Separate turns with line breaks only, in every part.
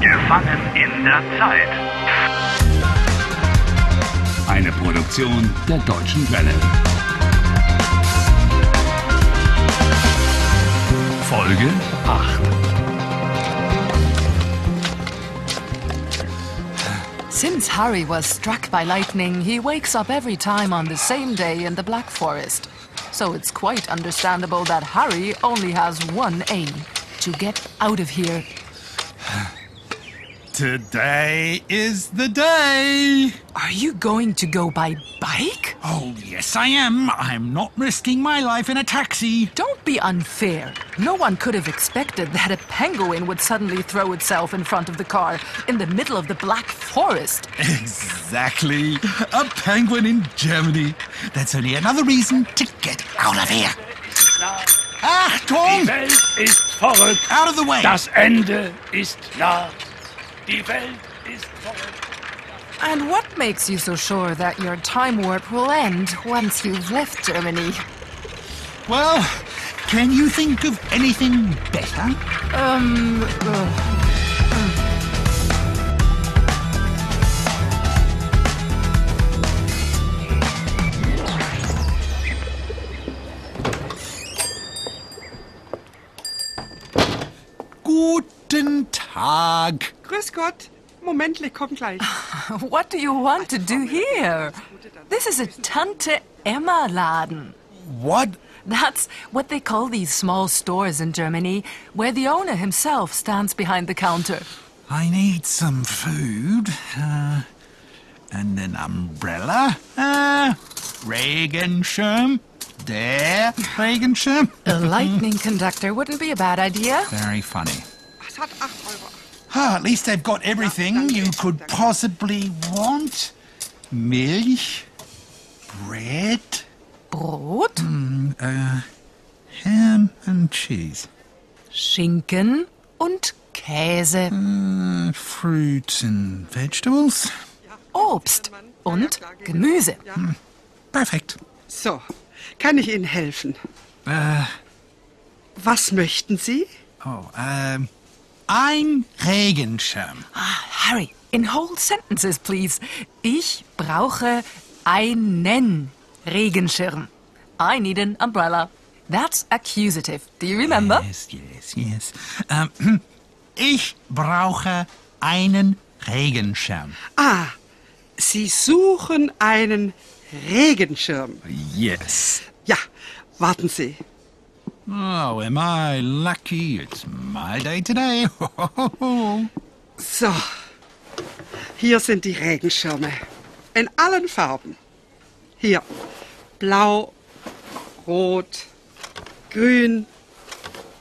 Gefangen in der Zeit.
Eine Produktion der Deutschen Welle. Folge 8.
Since Harry was struck by lightning, he wakes up every time on the same day in the Black Forest. So it's quite understandable that Harry only has one aim to get out of here.
Today is the day.
Are you going to go by bike?
Oh, yes, I am. I'm not risking my life in a taxi.
Don't be unfair. No one could have expected that a penguin would suddenly throw itself in front of the car in the middle of the Black Forest.
Exactly. A penguin in Germany. That's only another reason to get out of here.
Die
Achtung!
Welt ist verrückt.
Ah, Out of the way!
Das Ende ist nah. Die Welt ist verrückt.
And what makes you so sure that your time warp will end once you've left Germany?
Well, can you think of anything better? Guten Tag.
Grüß Gott. Moment, ich komm gleich.
What do you want to do here? This is a Tante Emma Laden.
What?
That's what they call these small stores in Germany, where the owner himself stands behind the counter.
I need some food. Uh, and an umbrella. Uh, Regenschirm. Der Regenschirm.
A lightning conductor wouldn't be a bad idea.
Very funny.
Es hat 8 Euro.
Ah, at least they've got everything you could possibly want. Milch, bread,
Brot,
ham and cheese,
Schinken und Käse.
and fruit Uh, and vegetables.
Obst und Gemüse.
Perfect.
So, kann ich Ihnen helfen? Was möchten Sie?
Oh, um, ein Regenschirm.
Ah, Harry, in whole sentences, please. Ich brauche einen Regenschirm. I need an umbrella. That's accusative. Do you remember?
Yes, yes, yes. Ähm, ich brauche einen Regenschirm.
Ah, Sie suchen einen Regenschirm.
Yes.
Ja, warten Sie.
Oh, am I lucky? It's my day today.
So, hier sind die Regenschirme. In allen Farben. Hier, blau, rot, grün,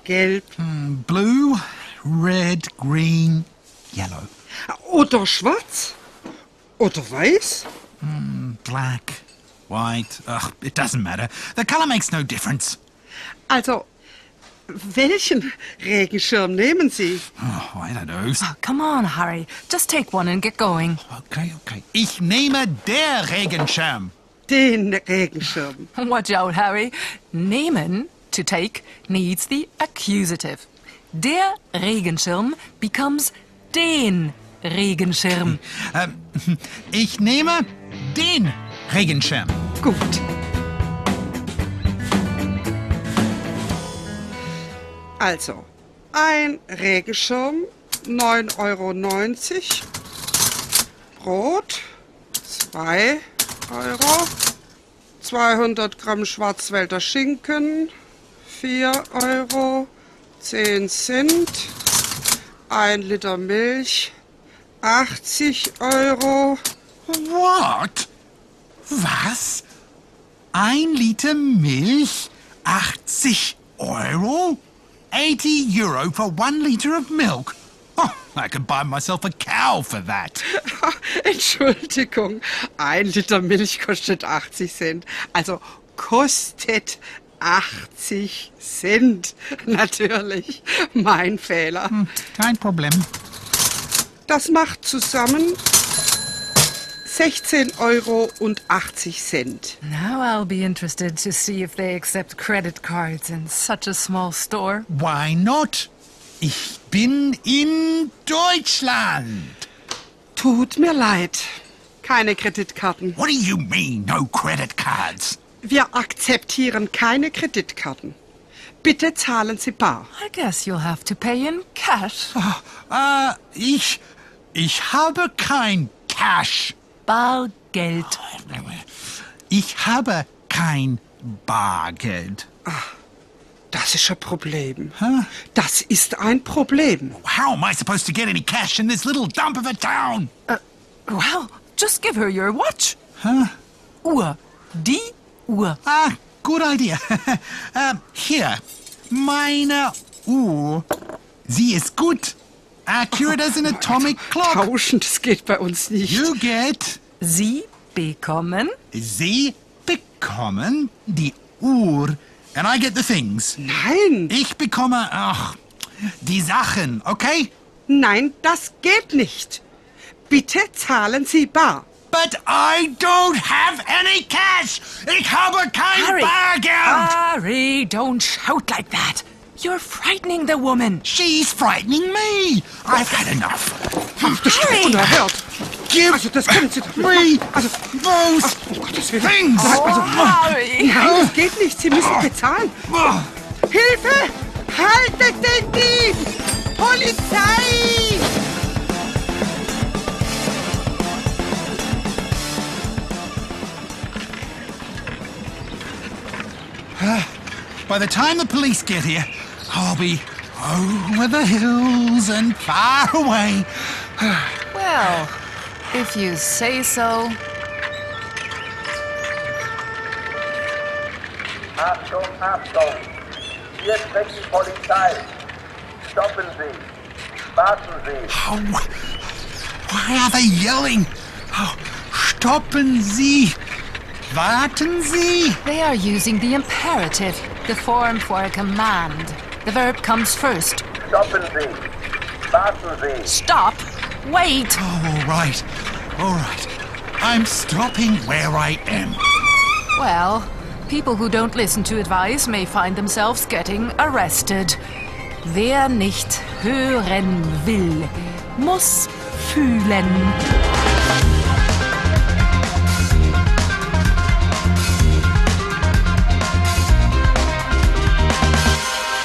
gelb
Blue, red, green, yellow,
oder schwarz oder weiß.
black, white. Ugh, it doesn't matter. The color makes no difference.
Also, welchen Regenschirm nehmen Sie?
Oh, I don't know.
Oh, come on, Harry. Just take one and get going.
Okay, okay. Ich nehme der Regenschirm.
Den Regenschirm.
Watch out, Harry. Nehmen, to take, needs the accusative. Der Regenschirm becomes den Regenschirm.
Ähm, ich nehme den Regenschirm.
Gut. Also, ein Regenschirm, 9,90 Euro. Brot, 2 Euro. 200 Gramm Schwarzwälder Schinken, 4 Euro. 10 Cent. 1 Liter Milch, 80 Euro.
What? Was? Ein Liter Milch? 80 Euro? 80 euro for one liter of milk? Oh, I could buy myself a cow for that.
Entschuldigung, ein Liter Milch kostet 80 Cent. Also kostet 80 Cent. Natürlich, mein Fehler.
Hm. Kein Problem.
Das macht zusammen 16 Euro und 80 Cent.
Now I'll be interested to see if they accept credit cards in such a small store.
Why not? Ich bin in Deutschland.
Tut mir leid. Keine Kreditkarten.
What do you mean, no credit cards?
Wir akzeptieren keine Kreditkarten. Bitte zahlen Sie bar.
I guess you'll have to pay in cash.
Äh, ich. Ich habe kein Cash.
Bargeld.
Ich habe kein Bargeld.
Das ist ein Problem. Das ist ein Problem.
How am I supposed to get any cash in this little dump of a town?
Well, just give her your watch. Huh? Uhr. Die Uhr.
Ah, good idea. um, here, meine Uhr. Sie ist gut. Accurate as an atomic clock.
Tauschen, das geht bei uns nicht.
You get.
Sie bekommen
Sie bekommen die Uhr. And I get the things.
Nein,
Ich bekomme, ach, die Sachen, okay?
nein, das geht nicht. Bitte zahlen Sie bar.
But I don't have any cash. Ich habe kein
Harry. Ah.
Bargeld.
Harry, don't shout like that. You're frightening the woman.
She's frightening me. I've had enough.
Harry!
Unerhört.
Give
Also, das können Sie doch nicht
me
Also,
those
um Gottes Willen.
things.
Oh, Harry!
Nein, das geht nicht. Sie müssen bezahlen. Hilfe! Haltet den Dieb! Polizei!
By the time the police get here, I'll be over the hills and far away.
Well, if you say so.
Achtung, Achtung! Hier spricht die Polizei. Stoppen Sie. Warten Sie.
Oh, wh- why are they yelling? Oh, stoppen Sie. Warten Sie.
They are using the imperative, the form for a command. The verb comes first.
Stoppen Sie. Warten Sie.
Stop! Wait!
Oh, all right. All right. I'm stopping where I am.
Well, people who don't listen to advice may find themselves getting arrested. Wer nicht hören will, muss fühlen.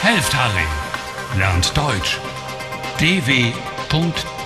Helft Harry. Lernt Deutsch. dw.com/harry.